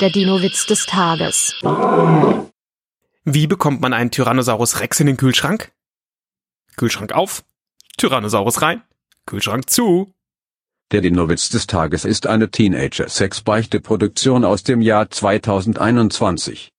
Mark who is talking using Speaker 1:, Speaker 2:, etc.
Speaker 1: Der Dino-Witz des Tages.
Speaker 2: Wie bekommt man einen Tyrannosaurus Rex in den Kühlschrank? Kühlschrank auf, Tyrannosaurus rein, Kühlschrank zu.
Speaker 3: Der Dinowitz des Tages ist eine Teenager-Sex-Beichte-Produktion aus dem Jahr 2021.